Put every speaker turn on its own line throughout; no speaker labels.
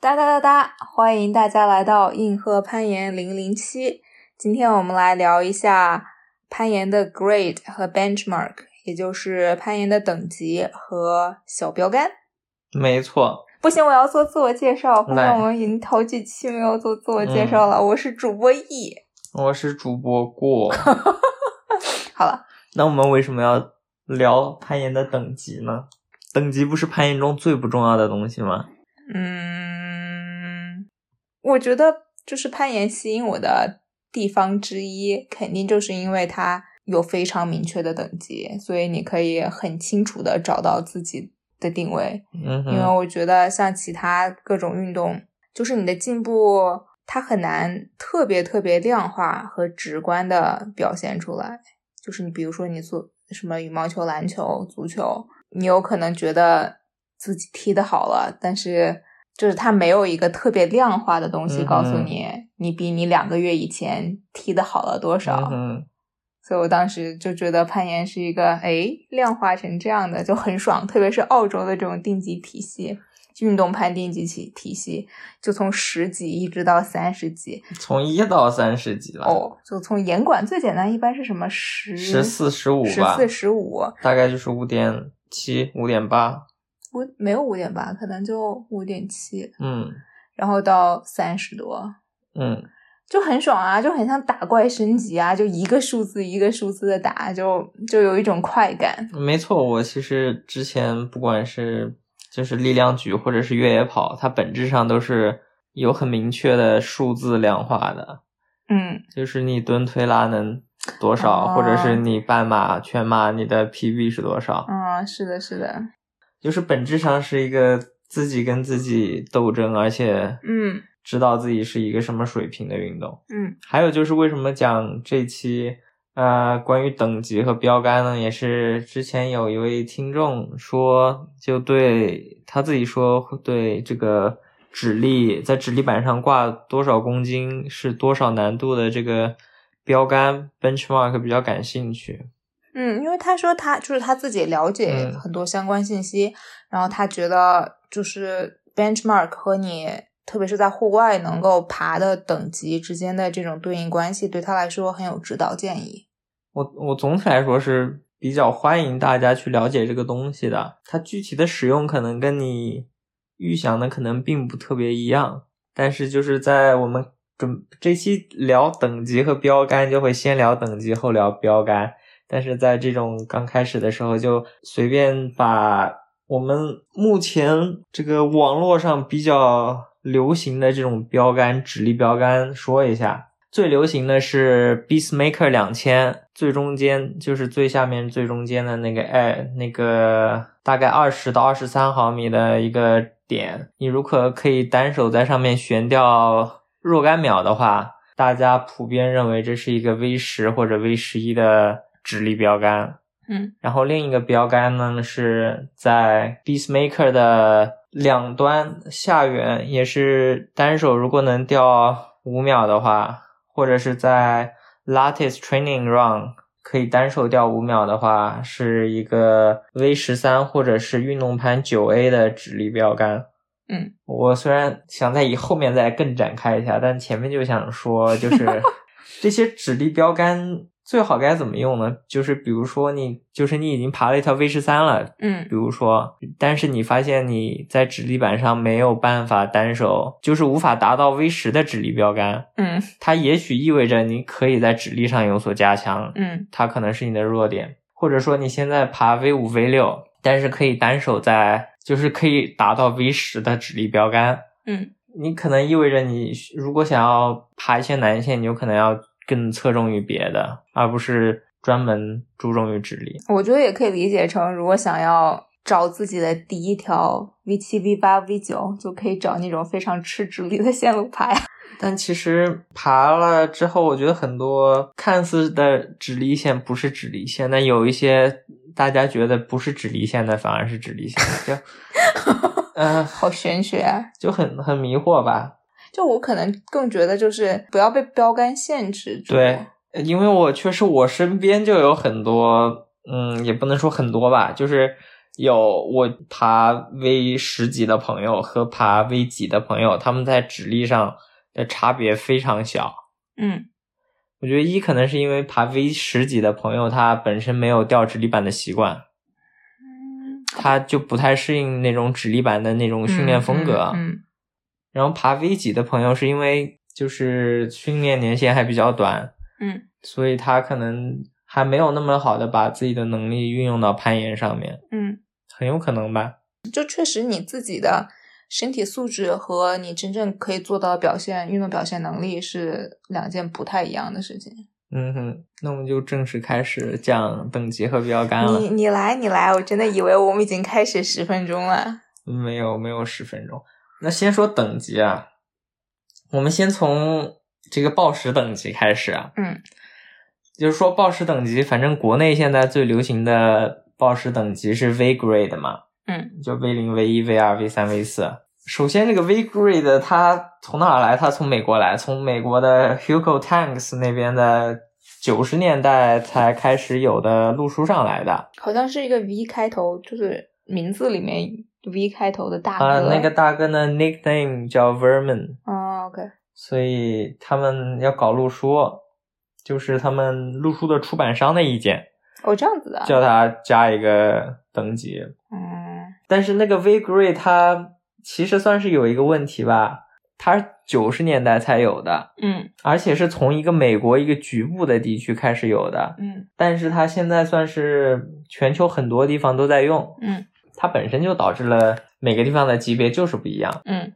哒哒哒哒！欢迎大家来到硬核攀岩零零七。今天我们来聊一下攀岩的 grade 和 benchmark，也就是攀岩的等级和小标杆。
没错，
不行，我要做自我介绍。发现
来
我们已经好几期没有做自我介绍了。我是主播 E。
我是主播 过。
好了，
那我们为什么要聊攀岩的等级呢？等级不是攀岩中最不重要的东西吗？
嗯，我觉得就是攀岩吸引我的地方之一，肯定就是因为它有非常明确的等级，所以你可以很清楚的找到自己的定位。
嗯
因为
哼，
我觉得像其他各种运动，就是你的进步，它很难特别特别量化和直观的表现出来。就是你比如说你做什么羽毛球、篮球、足球，你有可能觉得自己踢得好了，但是就是它没有一个特别量化的东西
嗯哼
告诉你，你比你两个月以前踢得好了多
嗯
少。
哼，
所以我当时就觉得攀岩是一个哎量化成这样的就很爽，特别是澳洲的这种定级体系，运动攀定级体体系，就从十级一直到三十级
从一到三十级了，
哦，就从严管最简单一般是什么十
十四、十五
十
吧，
四十五，
大概就是五点七、五点八。
不没有五点八，可能就五点七，
嗯
然后到三十多。
嗯，
就很爽啊，就很像打怪升级啊，就一个数字一个数字的打，就就有一种快感。
没错。我其实之前不管是就是力量举或者是越野跑，它本质上都是有很明确的数字量化的。
嗯，
就是你蹲推拉能多少，或者
哦
是你半马、全马你的 PB 是多少，
啊，是的，是的，
就是本质上是一个自己跟自己斗争，而且
嗯
知道自己是一个什么水平的运动。
嗯
还有就是为什么讲这期呃关于等级和标杆呢？也是之前有一位听众说，就对他自己说会对这个指力在指力板上挂多少公斤是多少难度的这个标杆 benchmark 比较感兴趣。
嗯，因为他说他就是他自己了解
嗯
很多相关信息，然后他觉得就是 benchmark 和你特别是在户外能够爬的等级之间的这种对应关系，对他来说很有指导建议。
我我总体来说是比较欢迎大家去了解这个东西的，它具体的使用可能跟你预想的可能并不特别一样，但是就是在我们准这期聊等级和标杆，就会先聊等级后聊标杆，但是在这种刚开始的时候，就随便把我们目前这个网络上比较流行的这种标杆、指力标杆说一下。最流行的是 Beastmaker 两千，最中间就是最下面最中间的那个哎，那个大概二十到二十三毫米的一个点，你如果可以单手在上面悬吊若干秒的话，大家普遍认为这是一个 V 十或者 V 十一的指力标杆。
嗯
然后另一个标杆呢是在 Beastmaker 的两端下缘，也是单手如果能掉五秒的话，或者是在 Lattice Training Run 可以单手掉五秒的话，是一个 V 十三或者是运动盘九 A 的指力标杆。
嗯，
我虽然想在以后面再更展开一下，但前面就想说，就是这些指力标杆最好该怎么用呢？就是比如说你，就是你已经爬了一条 V 十三了，
嗯
比如说，但是你发现你在指力板上没有办法单手，就是无法达到 V 十的指力标杆，
嗯
它也许意味着你可以在指力上有所加强，
嗯
它可能是你的弱点，或者说你现在爬 V 五、V 六，但是可以单手在，就是可以达到 V 十的指力标杆，
嗯
你可能意味着你如果想要爬一些难线，你有可能要更侧重于别的，而不是专门注重于指力。
我觉得也可以理解成，如果想要找自己的第一条 V 七、V 八、V 九，就可以找那种非常吃直立的线路爬呀。
但其实爬了之后，我觉得很多看似的指力线不是指力线，但有一些大家觉得不是指力线的，反而是指力线，就，嗯、
好玄学啊！
就很很迷惑吧。
就我可能更觉得就是不要被标杆限制住。
对，呃因为我确实我身边就有很多，嗯，也不能说很多吧，就是有我爬 V 十级的朋友和爬 V 几的朋友，他们在指力上的差别非常小。
嗯
我觉得一可能是因为爬 V 十级的朋友，他本身没有掉直立板的习惯，他就不太适应那种直立板的那种训练风格。啊
嗯
然后爬 V 几的朋友是因为就是训练年限还比较短，
嗯
所以他可能还没有那么好的把自己的能力运用到攀岩上面，
嗯
很有可能吧。
嗯，就确实你自己的身体素质和你真正可以做到的表现、运动表现能力是两件不太一样的事情。
嗯哼，那我们就正式开始讲等级和标杆
你
了。
你来你来，我真的以为我们已经开始十分钟了。
没有，没有十分钟。那先说等级啊，我们先从这个报时等级开始啊。
嗯，
就是说报时等级，反正国内现在最流行的报时等级是 V grade 嘛，
嗯
就 V 零、V 一、V 二、V 三、V 四。首先，这个 V grade 它从哪儿来？它从美国来，从美国的 Hugo Tanks 那边的九十年代才开始有的路书上来的。
好像是一个 V 开头，就是名字里面 V 开头的大哥。
啊，那个大哥的 nickname 叫 Verman，
哦，OK，
所以他们要搞路书，就是他们路书的出版商的意见，
哦，这样子的。
叫他加一个等级。
嗯
但是那个 V Gray 他其实算是有一个问题吧，他九十年代才有的，
嗯
而且是从一个美国一个局部的地区开始有的，
嗯
但是他现在算是全球很多地方都在用，
嗯
它本身就导致了每个地方的级别就是不一样。
嗯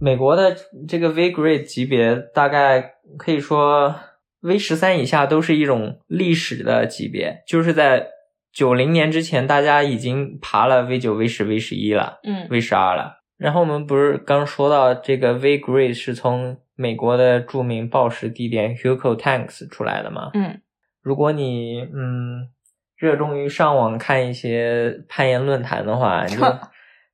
美国的这个 V grade 级别，大概可以说 V 十三以下都是一种历史的级别，就是在九零年之前，大家已经爬了 V 九、V 十、V 十一了、
嗯
V 十二了。然后我们不是刚说到这个 V grade 是从美国的著名暴食地点 Hugo Tanks 出来的吗？
嗯
如果你嗯热衷于上网看一些攀岩论坛的话，你就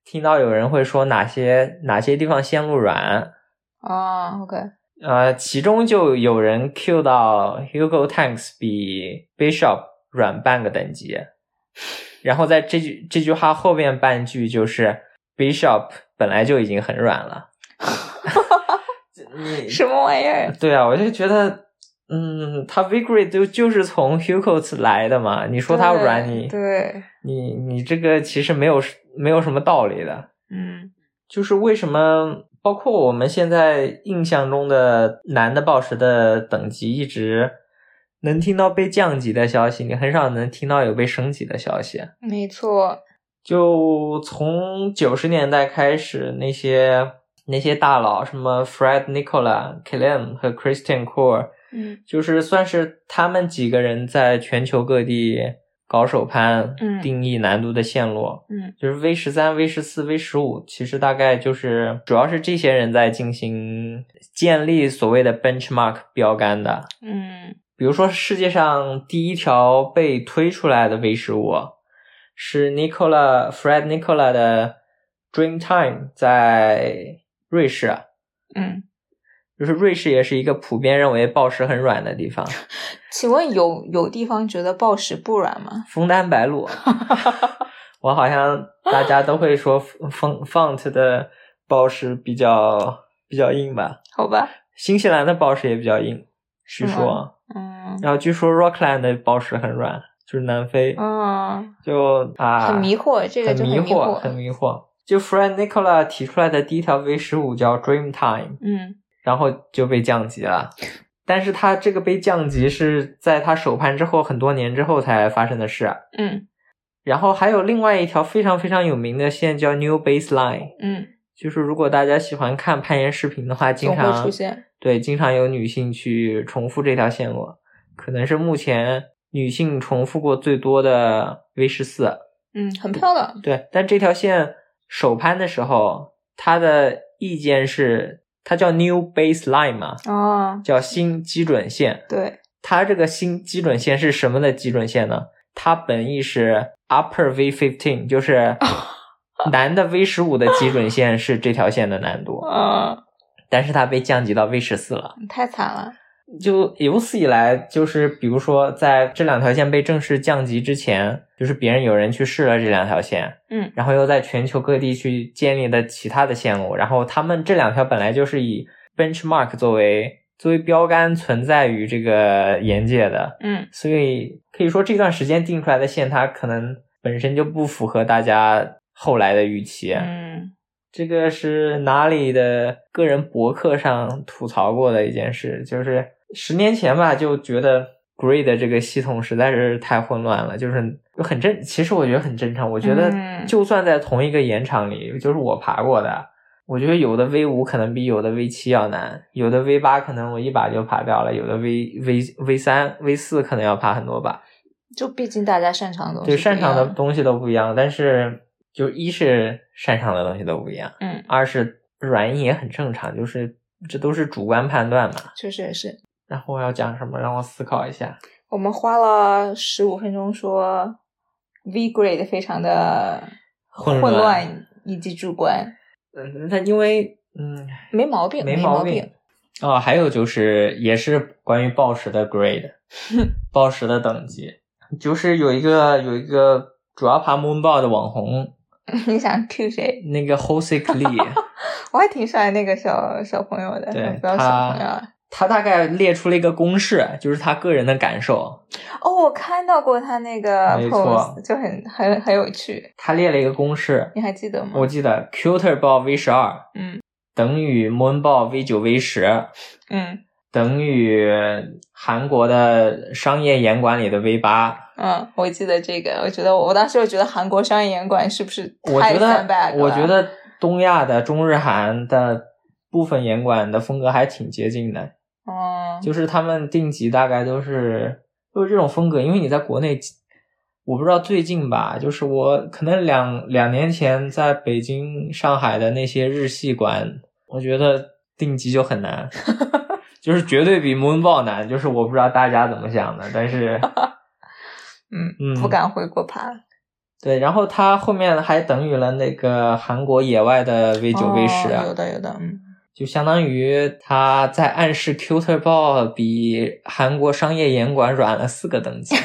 听到有人会说哪些哪些地方线路软，
哦，OK，
呃，其中就有人 cue 到 Hugo Tanks 比 Bishop 软半个等级，然后在这句这句话后面半句就是 Bishop 本来就已经很软 了，你
什么玩意儿？
对啊，我就觉得，嗯，他 V grade 就就是从 Hugo 来的嘛。你说他
对
软，你
对，
你你这个其实没有没有什么道理的。
嗯
就是为什么，包括我们现在印象中的男的暴食的等级，一直能听到被降级的消息，你很少能听到有被升级的消息。
没错，
就从九十年代开始，那些那些大佬，什么 Fred Nicola、Klem 和 Christian Core，
嗯
就是算是他们几个人在全球各地搞手攀
嗯，
定义难度的线路，
嗯
就是 V 十三、V 十四、V 十五，其实大概就是主要是这些人在进行建立所谓的 benchmark 标杆的。
嗯
比如说，世界上第一条被推出来的 V 十五是 Nicola Fred Nicola 的 Dreamtime 在瑞士，啊
嗯，
就是瑞士也是一个普遍认为暴食很软的地方。
请问有有地方觉得暴食不软吗？
枫丹 白露，我好像大家都会说 font font 的宝石比较比较硬吧，
好吧，
新西兰的宝石也比较硬，据
吗
说，
嗯
然后据说 Rockland 的宝石很软，就是南非，
嗯，
就啊，
很迷惑，这个就
很迷
迷惑，
很迷惑。就 Fred Nicola 提出来的第一条 V 十五叫 Dream Time，
嗯
然后就被降级了。但是他这个被降级是在他首盘之后很多年之后才发生的事。啊
嗯
然后还有另外一条非常非常有名的线叫 New Baseline，
嗯，
就是如果大家喜欢看攀岩视频的话，经
总会
常
出现，
对经常有女性去重复这条线路，可能是目前女性重复过最多的 V 十四。
嗯，很漂亮，
对，但这条线首攀的时候，他的意见是它叫 New Baseline 嘛，
哦，
叫新基准线。
对，
它这个新基准线是什么的基准线呢？它本意是 upper V fifteen，就是男的 V 十五的基准 线是这条线的难度，
嗯，
但是它被降级到 V 十四了。
太惨了，
就有史以来，就是比如说在这两条线被正式降级之前，就是别人有人去试了这两条线，
嗯，
然后又在全球各地去建立的其他的线路，然后他们这两条本来就是以 benchmark 作为作为标杆存在于这个沿界的，
嗯
所以可以说这段时间定出来的线，它可能本身就不符合大家后来的预期，
嗯
这个是哪里的个人博客上吐槽过的一件事，就是十年前吧，就觉得 Grid 这个系统实在是太混乱了，就是很正，其实我觉得很正常。我觉得
嗯
就算在同一个盐场里，就是我爬过的，我觉得有的 V 五可能比有的 V 七要难，有的 V 八可能我一把就爬掉了，有的 V V V 三 V 四可能要爬很多把。
就毕竟大家擅长的东西
对，
不一样，
擅长的东西都不一样，但是就一是擅长的东西都不一样，
嗯，
二是软硬也很正常，就是这都是主观判断嘛。
确实也是。
然后我要讲什么，让我思考一下。
我们花了十五分钟说 V grade 非常的
混
混
乱
乱以及主观，
嗯，那因为嗯
没毛病，
没
没
毛
病。
哦，还有就是也是关于暴食 的 grade，暴食的等级，就是有一个有一个主要爬 Moonball 的网红，
你想 Q 谁？
那个 Jose Clee。
我还挺喜欢那个小小朋友的，
对
不要小朋友啊
他
了。
他大概列出了一个公式，就是他个人的感受。
哦，我看到过他那个
没错
pose，就很很很有趣，
他列了一个公式，
你还记得吗？
我记得 Cuter ball V 十二，
嗯，
等于 Moon ball V 九 V 十，
嗯
等于韩国的商业严管里的 V 八。
嗯，我记得这个，我觉得我我当时就觉得韩国商业严管是不是
我
太
觉
stand
得
back，，
我觉得东亚的中日韩的部分严管的风格还挺接近的，
嗯，
就是他们定级大概都是都是这种风格，因为你在国内，我不知道最近吧，就是我可能两两年前在北京、上海的那些日系馆，我觉得定级就 很难，就是绝对比 Moonball 难，就是我不知道大家怎么想的，但是嗯
嗯，不敢回国爬。
对，然后它后面还等于了那个韩国野外的 V 九、V 十、
哦有的有的，嗯
就相当于他在暗示 Cuter Ball 比韩国商业严管软了四个等级。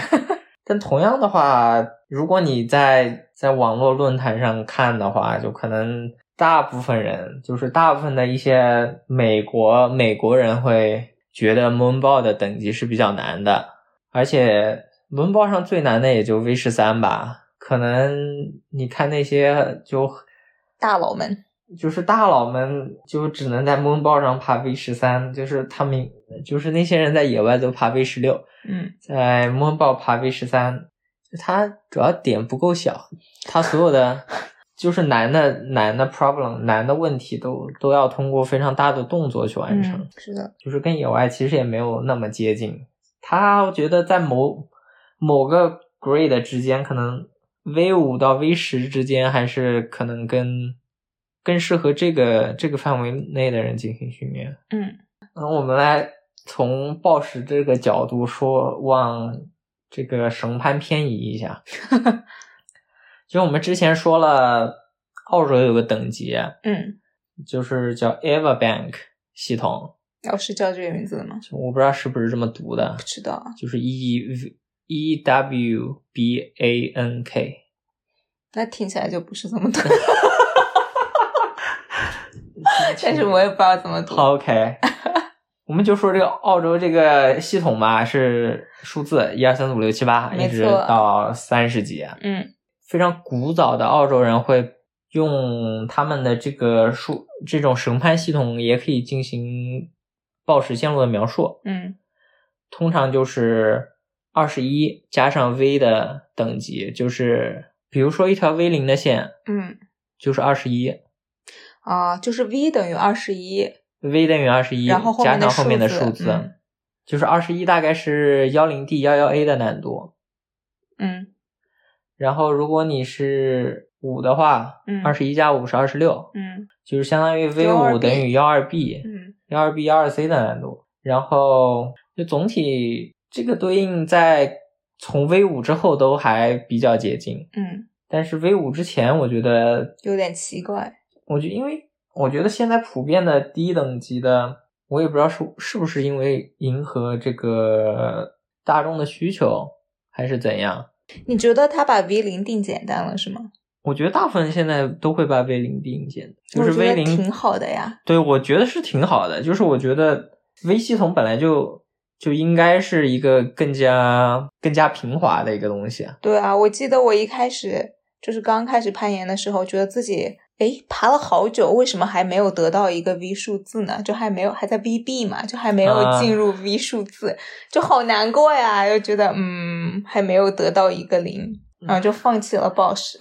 但同样的话，如果你在在网络论坛上看的话，就可能大部分人，就是大部分的一些美国美国人会觉得 Moonball 的等级是比较难的，而且 Moonball 上最难的也就 V 十三吧。可能你看那些就
大佬们，
就是大佬们就只能在 Moonball 上爬 V 十三，就是他们就是那些人在野外都爬 V 十六，
嗯，
在 Moonball 爬 V 十三，就它主要点不够小，它所有的就是难的难的 problem 难的问题都都要通过非常大的动作去完成，
嗯是的，
就是跟野外其实也没有那么接近。它我觉得在某某个 grade 之间，可能 V 五到 V 十之间，还是可能跟更适合这个这个范围内的人进行训练。
嗯，
那我们来从暴食这个角度说，往这个绳攀偏移一下。就我们之前说了，澳洲有个等级，
嗯，
就是叫 Everbank 系统。
老师叫这个名字的吗？
我不知道是不是这么读的
不，知道，啊
就是 E E W B A N K。
那听起来就不是这么 读，但是我也不知道怎么读。
OK，我们就说这个澳洲这个系统嘛，是数字一二三四五六七八，一
没错
直到三十几，
嗯
非常古早的澳洲人会用他们的这个数这种绳攀系统，也可以进行报时线路的描述。
嗯
通常就是二十一加上 V 的等级，就是比如说一条 V 零的线
嗯，
就是二十一
啊，就是 v 等于二十一，
，V 等于二十一，
然后后
加
面的
上后面的
数字
数字，
嗯
就是二十一大概是幺零 D 幺幺 A 的难度。
嗯
然后如果你是五的话，
嗯
二十一加五是二十六，
嗯
就是相当于 V 五
12B
等于幺二 B，
嗯
幺二 B 幺二 C 的难度。然后就总体这个对应在从 V 五之后都还比较接近。
嗯，
但是 V 五之前，我觉得，
有点奇怪。
我觉因为我觉得现在普遍的低等级的我也不知道是是不是因为迎合这个大众的需求，还是怎样。
你觉得他把 V 零定简单了是吗？
我觉得大部分现在都会把 V 零定简，就
我
是
觉
V
得
零
挺好的呀。
对，我觉得是挺好的，就是我觉得 V 系统本来就就应该是一个更加更加平滑的一个东西。
对啊，我记得我一开始就是刚开始攀岩的时候，觉得自己诶爬了好久，为什么还没有得到一个 V 数字呢？就还没有还在 VB 嘛，就还没有
啊
进入 V 数字，就好难过呀，又觉得嗯还没有得到一个零，
嗯
然后就放弃了暴食。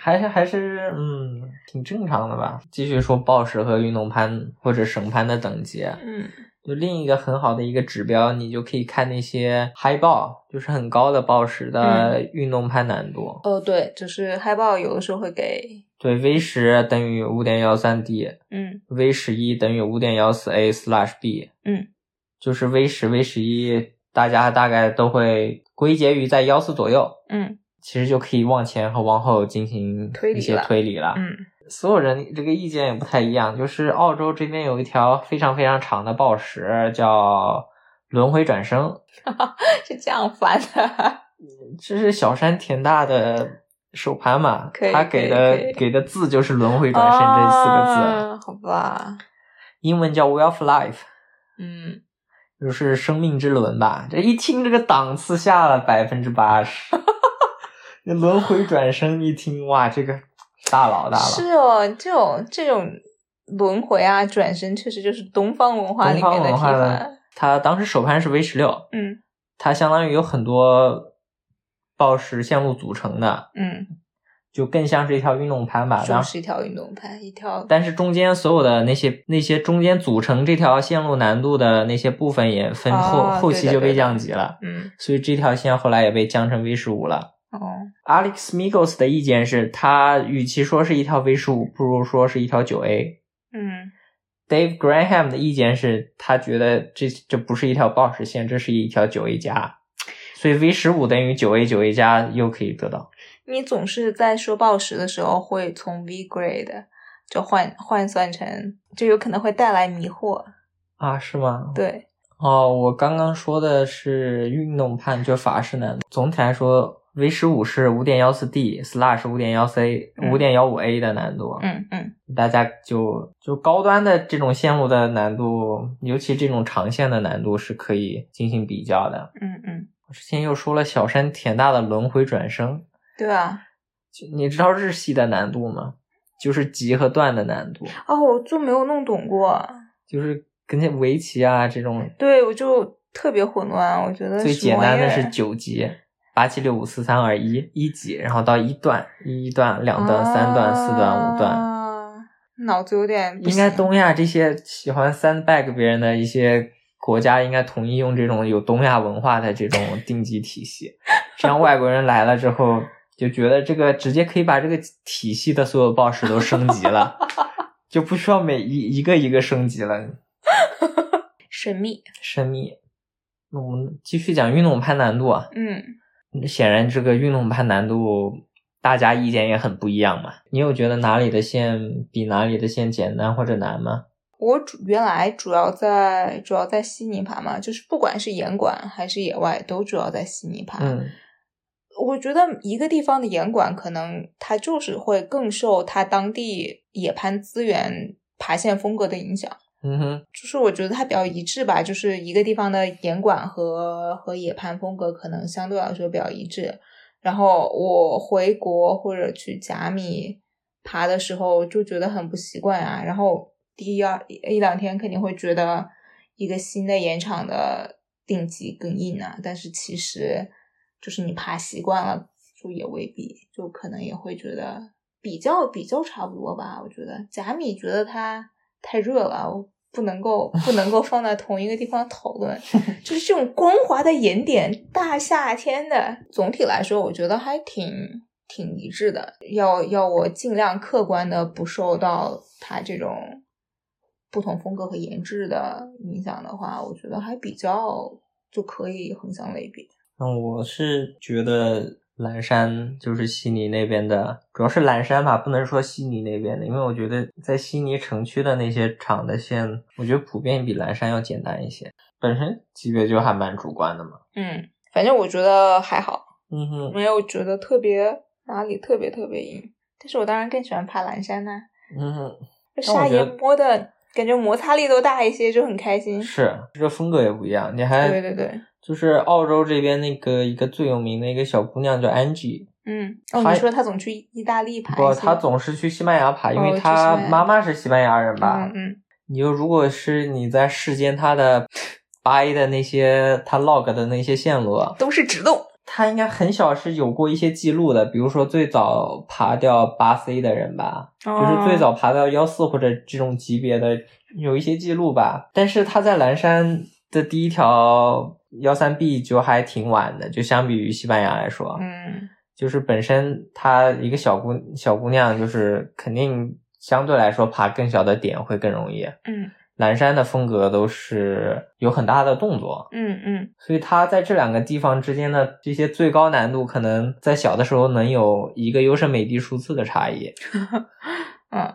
还是还是嗯，挺正常的吧。继续说暴食和运动攀或者绳攀的等级，啊
嗯
就另一个很好的一个指标，你就可以看那些嗨爆，就是很高的暴食的
嗯
运动攀难度。
哦对，就是嗨爆有的时候会给
对，V 十等于五点幺三 D，
嗯
V 十一等于五点幺四 A slash B，
嗯，
就是 V 十、V 十一，大家大概都会归结于在幺四左右，
嗯
其实就可以往前和往后进行
推理
一些
了
推理了。
嗯
所有人这个意见也不太一样，就是澳洲这边有一条非常非常长的暴食叫轮回转生，
是这样翻的，
这是小山田大的手盘嘛
可以，
他
可以
给
可以
的给的字就是轮回转生这四个字，
啊好吧，
英文叫 Way of Life。
嗯
就是生命之轮吧。这一听这个档次下了百分之八十， 那轮回转生一听哇，这个大佬大
是
佬，
哦，这种这种轮回啊，转身确实就是东方文化里
东方
面的
文
提
化
法
的。。他当时首攀是 V 十六，
嗯
它相当于有很多暴食线路组成的，
嗯，
就更像是一条运动攀吧。然
就
后，
是一条运动盘，一条
但是中间所有的那些那些中间组成这条线路难度的那些部分也分后、
哦
后
对
期
的
就
对
被
的
降级了，
嗯
所以这条线后来也被降成 V 十五了。
哦
Alex Migos 的意见是，他与其说是一条 V 十五，不如说是一条九 A。
嗯
Dave Graham 的意见是，他觉得这这不是一条暴食线，这是一条九 A 加，所以 V 十五等于九 A 九 A 加又可以得到。
你总是在说暴食的时候会从 V grade 就换换算成，就有可能会带来迷惑。
啊，是吗？
对，
哦，我刚刚说的是运动判，就法式难度。总体来说，V 十五是五点幺四 D slash 五点幺 C
嗯
五点幺五 A 的难度。
嗯嗯
大家就就高端的这种线路的难度，尤其这种长线的难度是可以进行比较的。
嗯嗯，
我之前又说了小山田大的轮回转生，
对啊。
就你知道日系的难度吗？就是级和段的难度，
哦，我就没有弄懂过，
就是跟那围棋啊这种
对我就特别混乱，我觉得
最
什么
简单的
玩意
是
儿
九级，八七六五四三二一一级，然后到一段、一段、两段、三段、四段、五段。
啊脑子有点不
应该
行
东亚这些喜欢 sandbag 别人的一些国家，应该统一用这种有东亚文化的这种定级体系，这样外国人来了之后就觉得这个直接可以把这个体系的所有 boss 都升级了，就不需要每一一个一个升级了。
神秘，
神秘，那我们继续讲运动攀难度啊，
嗯，
显然这个运动攀难度。大家意见也很不一样嘛，你有觉得哪里的线比哪里的线简单或者难吗？
我主原来主要在主要在悉尼爬嘛，就是不管是岩馆还是野外，都主要在悉尼爬。
嗯，
我觉得一个地方的岩馆可能它就是会更受它当地野攀资源、爬线风格的影响。
嗯哼，
就是我觉得它比较一致吧，就是一个地方的岩馆和和野攀风格可能相对来说比较一致。然后我回国或者去甲米爬的时候就觉得很不习惯啊，然后第一二一两天肯定会觉得一个新的岩场的定级更硬啊，但是其实就是你爬习惯了就也未必，就可能也会觉得比较比较差不多吧。我觉得贾米觉得它太热了，我不能够不能够放在同一个地方讨论，就是这种光滑的岩点，大夏天的，总体来说我觉得还挺挺一致的。要要我尽量客观的不受到它这种不同风格和颜值的影响的话，我觉得还比较就可以横向类比。
那我是觉得蓝山就是悉尼那边的，主要是蓝山吧，不能说悉尼那边的，因为我觉得在悉尼城区的那些厂的线，我觉得普遍比蓝山要简单一些，本身级别就还蛮主观的嘛。
嗯，反正我觉得还好，
嗯哼，
没有觉得特别哪里特别特别硬。但是我当然更喜欢爬蓝山呐、
嗯哼，
这
但我
沙
觉
岩
得
摸的感觉摩擦力都大一些，就很开心。
是这个风格也不一样。你还
对对对，
就是澳洲这边那个一个最有名的一个小姑娘叫 Angie，
嗯，哦，
他
你说他总去意大利爬
不，
一些，
她总是去西班牙爬，因
哦
为
去西
她
班牙
妈妈是西班牙人吧。
嗯嗯，
你就如果是你在世间他的掰的那些他 log 的那些线路，
都是直动。
他应该很小是有过一些记录的，比如说最早爬掉八 C 的人吧，比
就
如说最早爬到幺四或者这种级别的有一些记录吧。但是他在蓝山的第一条幺三 B 就还挺晚的，就相比于西班牙来说，
嗯，
就是本身她一个小姑小姑娘，就是肯定相对来说爬更小的点会更容易。
嗯
蓝山的风格都是有很大的动作，
嗯嗯
所以它在这两个地方之间的这些最高难度，可能在小的时候能有一个优胜美地数字的差异。
嗯，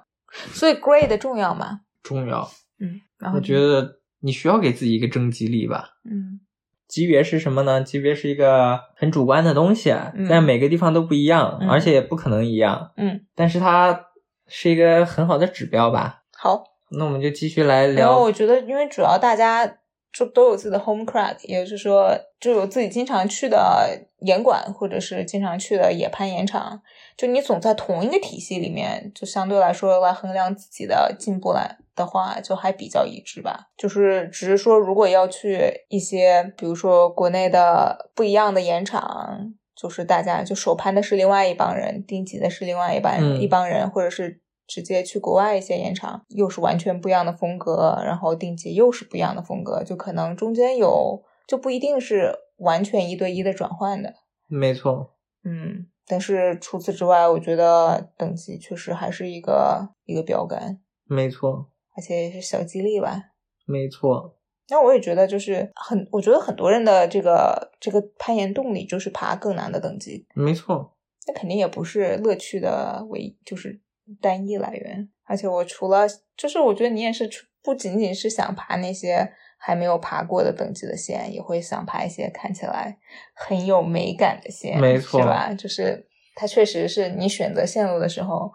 所以 grade 重要嘛？
重要，
嗯，然后
我觉得你需要给自己一个正激励吧。
嗯
级别是什么呢？级别是一个很主观的东西，
嗯
但每个地方都不一样，
嗯
而且也不可能一样。
嗯
但是它是一个很好的指标吧。
好。
那我们就继续
然
来
后
聊
我觉得，因为主要大家就都有自己的 home crack，也就是说，就有自己经常去的岩馆，或者是经常去的野攀岩场。就你总在同一个体系里面，就相对来说来衡量自己的进步来的话，就还比较一致吧。就是只是说，如果要去一些，比如说国内的不一样的岩场，就是大家就手攀的是另外一帮人，顶级的是另外一帮、
嗯
一帮人，或者是直接去国外一些演场，又是完全不一样的风格，然后顶级又是不一样的风格，就可能中间有就不一定是完全一对一的转换的，
没错，
嗯。但是除此之外，我觉得等级确实还是一个一个标杆，
没错，
而且是小激励吧。
没错。
那我也觉得，就是很，我觉得很多人的这个这个攀岩动力就是爬更难的等级，
没错，
那肯定也不是乐趣的唯一，就是单一来源。而且我除了，就是我觉得你也是除不仅仅是想爬那些还没有爬过的等级的线，也会想爬一些看起来很有美感的线，
没错
是吧？就是它确实是你选择线路的时候，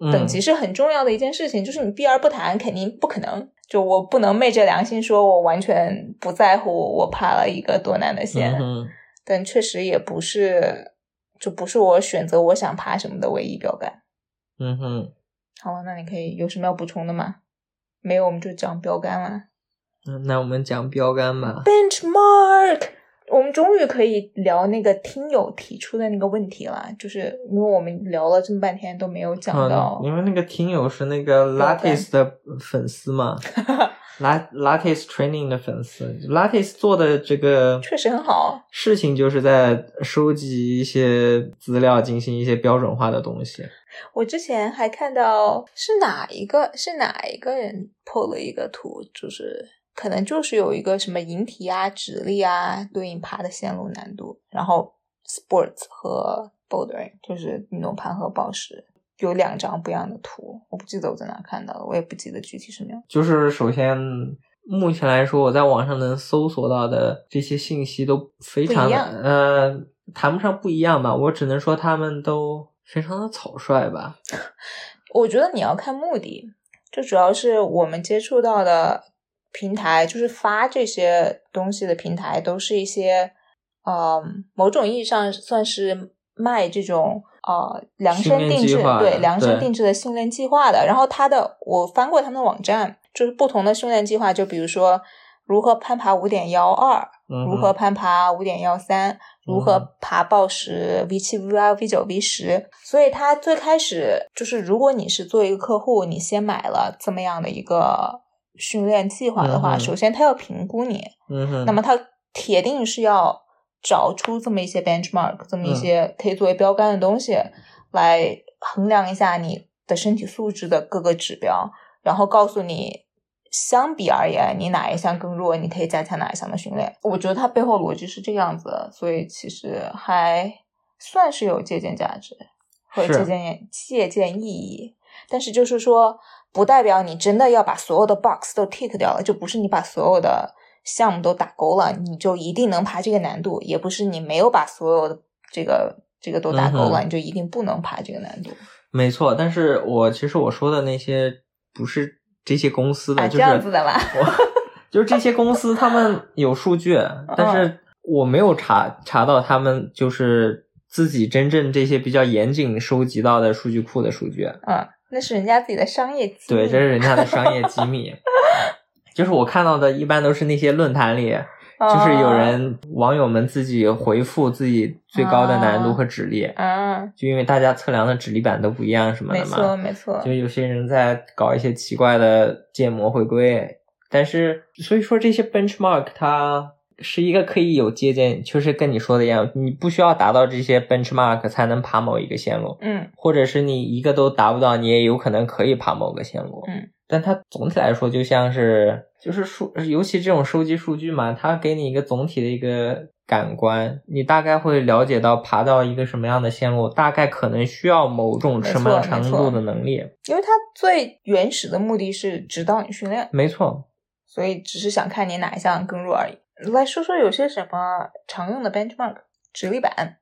嗯
等级是很重要的一件事情，就是你避而不谈，肯定不可能。就我不能昧着良心说，我完全不在乎我爬了一个多难的线，
嗯哼，
但确实也不是，就不是我选择我想爬什么的唯一标杆。
嗯哼，
好了，那你可以有什么要补充的吗？没有，我们就讲标杆啦。
嗯那我们讲标杆吧。
Benchmark，我们终于可以聊那个听友提出的那个问题了，就是因为我们聊了这么半天都没有讲到
嗯，，因为那个听友是那个
标杆
Lattice 的粉丝嘛 ，Lat Lattice Training 的粉丝，Lattice 做的这个
确实很好。
事情，就是在收集一些资料，进行一些标准化的东西。
我之前还看到是哪一个是哪一个人 PO 了一个图，就是可能就是有一个什么引体啊、直立啊对应爬的线路难度，然后 sports 和 bouldering 就是运动盘和宝石有两张不一样的图，我不记得我在哪看到的，我也不记得具体什么样。
就是首先，目前来说，我在网上能搜索到的这些信息都非常
不一
的，
样
呃，谈不上不一样吧，我只能说他们都非常的草率吧。
我觉得你要看目的，就主要是我们接触到的平台，就是发这些东西的平台，都是一些，呃，某种意义上算是卖这种呃量
训
身
练
定
计
制，
划
对
的
量身
对
定制的训练计划的。然后它的，我翻过他们的网站，就是不同的训练计划，就比如说如何攀爬五点幺二，
嗯哼
如何攀爬五点幺三，如
嗯
何爬报时 V 七、V 八、V 九、V 十。所以它最开始就是，如果你是作为一个客户，你先买了这么样的一个训练计划的话，
嗯哼
首先他要评估你，
嗯哼，
那么他铁定是要找出这么一些 benchmark，这么
嗯
一些可以作为标杆的东西，来衡量一下你的身体素质的各个指标，然后告诉你。相比而言，你哪一项更弱，你可以加强哪一项的训练。我觉得它背后逻辑是这个样子的，所以其实还算是有借鉴价值和
是
借鉴借鉴意义，但是就是说，不代表你真的要把所有的 box 都 tick 掉了，就不是你把所有的项目都打勾了，你就一定能爬这个难度，也不是你没有把所有的这个这个都打勾了，
嗯哼
你就一定不能爬这个难度。
没错，但是我其实我说的那些不是这些公司的，
啊
就是
这样子的吗
我就是这些公司他们有数据，
嗯
但是我没有查查到他们就是自己真正这些比较严谨收集到的数据库的数据。
嗯，那是人家自己的商业机密。
对，这是人家的商业机 密。就是我看到的，一般都是那些论坛里，
哦
就是有人网友们自己回复自己最高的难
哦
度和指力，
啊，
就因为大家测量的指力板都不一样什么
没
的嘛。
错没错，
就有些人在搞一些奇怪的建模回归，但是所以说这些 benchmark 它是一个可以有借鉴，就是跟你说的一样，你不需要达到这些 benchmark 才能爬某一个线路，
嗯
或者是你一个都达不到，你也有可能可以爬某个线路。
嗯，
但它总体来说就像是就是数，尤其这种收集数据嘛，它给你一个总体的一个感官，你大概会了解到爬到一个什么样的线路，大概可能需要某种什么样
没错没
程
错
度的能力。
因为它最原始的目的是指导你训练，
没错，
所以只是想看你哪一项更弱而已。来说说有些什么常用的 benchmark 直立板，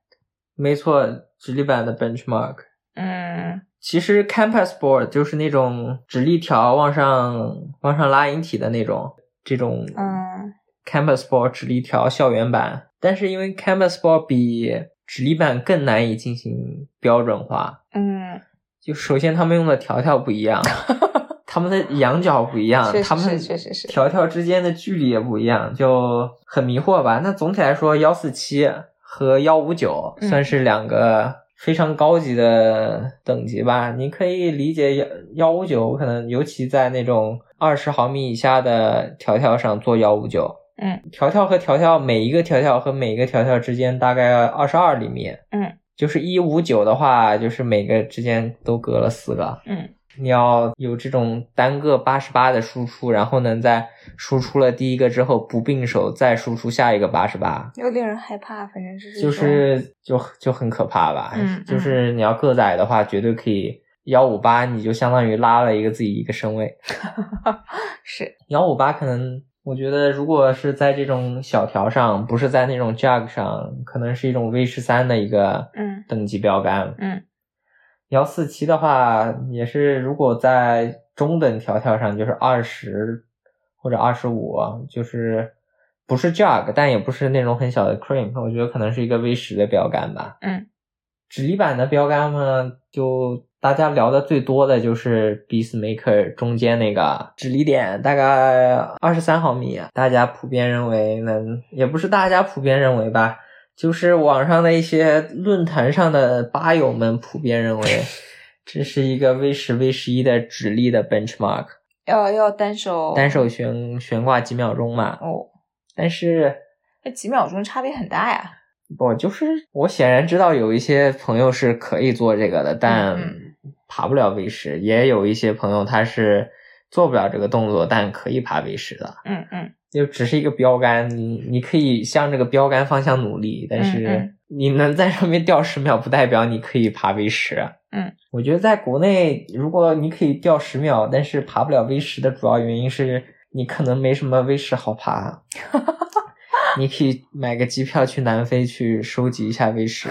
没错，直立板的 benchmark。
嗯
其实 Campus Board 就是那种直立条往上往上拉引体的那种，这种
嗯
Campus Board 直立条校园版。但是因为 Campus Board 比直立板更难以进行标准化，
嗯，
就首先他们用的条条不一 样，他们的仰角不一样，
确
啊他
实
们
是确实是，
条条之间的距离也不一样，就很迷惑吧。那总体来说，幺四七和幺五九
嗯
算是两个非常高级的等级吧。你可以理解幺幺五九，可能尤其在那种二十毫米以下的条条上做幺五九。
嗯，
条条和条条每一个条条和每一个条条之间大概二十二厘米。
嗯，
就是一五九的话，就是每个之间都隔了四个。
嗯
你要有这种单个八十八的输出，然后呢，在输出了第一个之后不并手，再输出下一个八十八，
又令人害怕，反正是这种
就是就就很可怕吧。
嗯
就是你要个子矮的话，绝对可以幺五八，你就相当于拉了一个自己一个身位。
是
幺五八可能我觉得，如果是在这种小条上，不是在那种 jug 上，可能是一种 V 十三的一个
嗯
等级标杆。
嗯
幺四七的话，也是如果在中等条条上，就是二十或者二十五，就是不是 jug，但也不是那种很小的 cream，我觉得可能是一个 V 十的标杆吧。
嗯，
直立板的标杆呢，就大家聊的最多的就是 Beastmaker 中间那个直立点，大概二十三毫米，啊大家普遍认为能，也不是大家普遍认为吧，就是网上的一些论坛上的吧友们普遍认为，这是一个 V 十、V 十一的直立的 benchmark，
要要单手
单手悬悬挂几秒钟嘛。
哦，
但是
那几秒钟差别很大呀，
我就是我显然知道有一些朋友是可以做这个的，但
嗯
爬不了 V 十，也有一些朋友他是做不了这个动作，但可以爬 V 十的。
嗯嗯
就只是一个标杆，你你可以向这个标杆方向努力，但
嗯
是
嗯
你能在上面掉十秒，不代表你可以爬 V 十。
嗯，
我觉得在国内，如果你可以掉十秒，但是爬不了 V 十的主要原因是你可能没什么 V 十好 爬。你可以买个机票去南非去收集一下啊 V 十，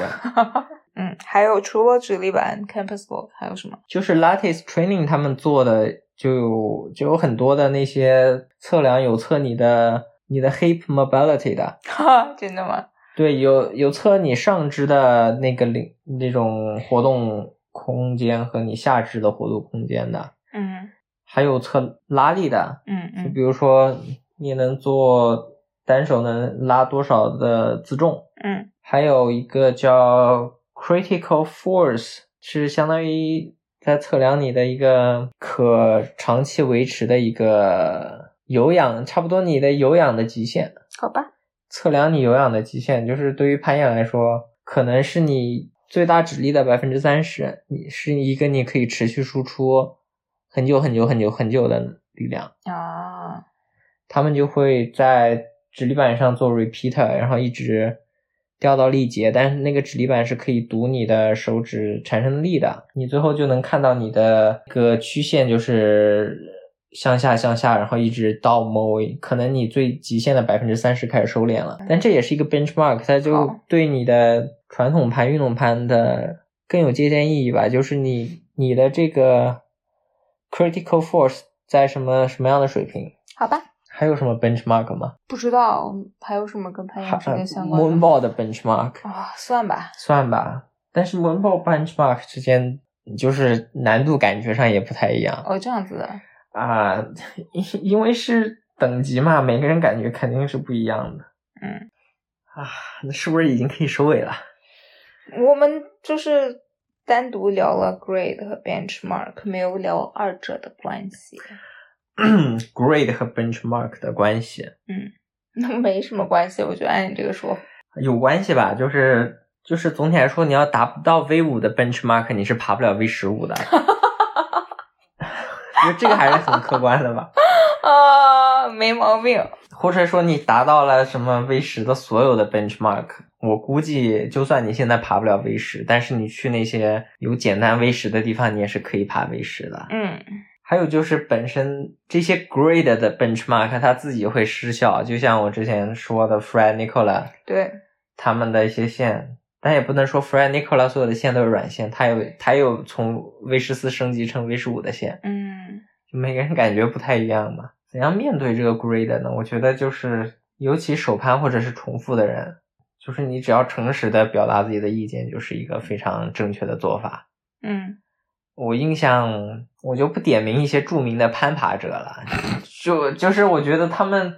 嗯，还有除了直立板 campus board 还有什么？
就是 Lattice Training 他们做的就有就有很多的那些测量有测你的你的 hip mobility 的，
哈，真的吗？
对，有有测你上肢的那个领那种活动空间和你下肢的活动空间的，
嗯
还有测拉力的，
嗯
就
嗯
比如说你能做单手能拉多少的自重，
嗯
还有一个叫 critical force，是相当于在测量你的一个可长期维持的一个有氧，差不多你的有氧的极限。
好吧，
测量你有氧的极限，就是对于攀岩来说，可能是你最大指力的百分之三十，你是一个你可以持续输出很久很久很久很久的力量。
啊，
他们就会在直立板上做 repeater，然后一直掉到力竭，但是那个指力板是可以读你的手指产生力的，你最后就能看到你的一个曲线，就是向下向下，然后一直到某可能你最极限的百分之三十开始收敛了。但这也是一个 benchmark，它就
好
对你的传统盘、运动盘的更有借鉴意义吧，就是你你的这个 critical force 在什么什么样的水平？
好吧，
还有什么 benchmark 吗？
不知道还有什么跟攀
还呃
岩之间相
嗯
关的
moonball 的 benchmark
啊、算吧，
算吧，但是 moonball benchmark 之间就是难度感觉上也不太一样
哦，这样子的，
啊、因因为是等级嘛，每个人感觉肯定是不一样的。
嗯，
啊，那是不是已经可以收尾了？
我们就是单独聊了 grade 和 benchmark，没有聊二者的关系，
grade 和 benchmark 的关系
那没什么关系，我就按你这个说，
有关系吧？就是就是总体来说，你要达不到 V 五的 benchmark，你是爬不了 V 十五的。 我觉得这个还是很客观的吧。
啊，没毛病，
或者说你达到了什么 V 十的所有的 benchmark，我估计就算你现在爬不了 V 十，但是你去那些有简单 V 十的地方，你也是可以爬 V 十的。
嗯，
还有就是本身这些 grade 的 benchmark 它自己会失效，就像我之前说的 Fred Nicola
对，
他们的一些线，但也不能说 Fred Nicola 所有的线都是软线，它有它有从 V 十四升级成 V 十五的线。
嗯，
每个人感觉不太一样嘛。怎样面对这个 grade 呢？我觉得就是，尤其手攀或者是重复的人，就是你只要诚实的表达自己的意见，就是一个非常正确的做法。
嗯，
我印象，我就不点名一些著名的攀爬者了，就就是我觉得他们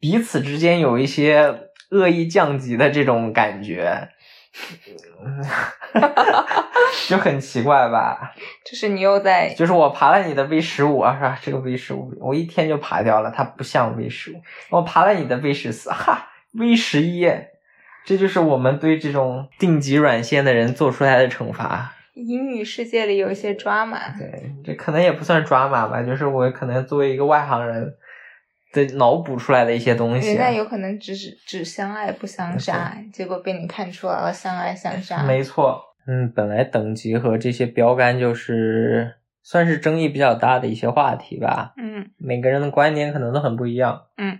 彼此之间有一些恶意降级的这种感觉， 就很奇怪吧？
就是你又在
就是我爬了你的 V 十五啊，是吧？这个 V 十五我一天就爬掉了，它不像 V 十五。我爬了你的 V 十四，哈，V 十一，这就是我们对这种定级软线的人做出来的惩罚。
英语世界里有一些 drama，
对，这可能也不算抓马吧，就是我可能作为一个外行人的脑补出来的一些东西。啊
人家有可能只是只相爱不相杀，结果被你看出来了相爱相杀，
没错，嗯，本来等级和这些标杆就是算是争议比较大的一些话题吧。
嗯
每个人的观点可能都很不一样。
嗯，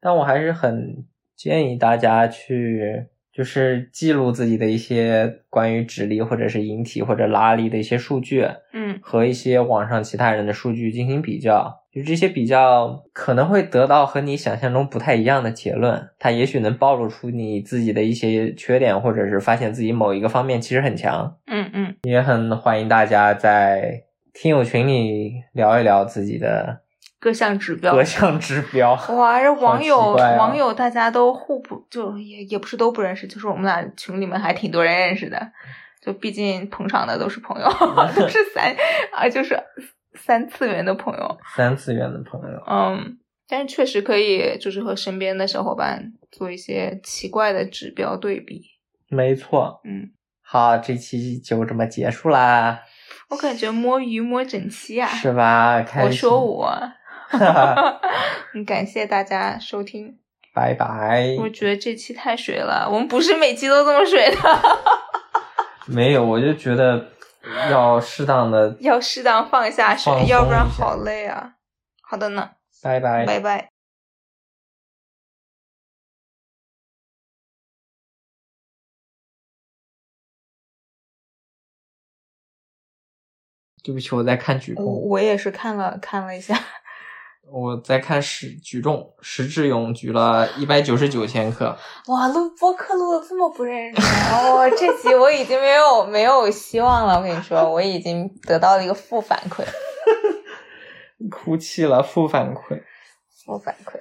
但我还是很建议大家去，就是记录自己的一些关于指力或者是引体或者拉力的一些数据，
嗯
和一些网上其他人的数据进行比较。就这些比较可能会得到和你想象中不太一样的结论，它也许能暴露出你自己的一些缺点，或者是发现自己某一个方面其实很强。
嗯嗯，
也很欢迎大家在听友群里聊一聊自己的
各项指标
各项指标。
哇，这网友、
好奇怪啊
网友大家都互不就也也不是都不认识，就是我们俩群里面还挺多人认识的，就毕竟捧场的都是朋友， 都是三啊，就是三次元的朋友，
三次元的朋友，
嗯，但是确实可以就是和身边的小伙伴做一些奇怪的指标对比，
没错。
嗯，
好，这期就这么结束啦，
我感觉摸鱼摸整期啊，
是吧？开
我
心
说， 我，
哈哈
嗯感谢大家收听，
拜拜。
我觉得这期太水了，我们不是每期都这么水的。
没有，我就觉得要适当的。
要适当放下水
放，松
要不然
一下
好累啊。好的呢，
拜拜。
拜拜。
对不起，我在看举
我
重，
我也是看了看了一下，
我在看十举重，石志勇举了一百九十九千克。
哇，录播客录的这么不认真，哦，这集我已经没有没有希望了。我跟你说，我已经得到了一个负反馈，
哭泣了，负反馈。
负反馈。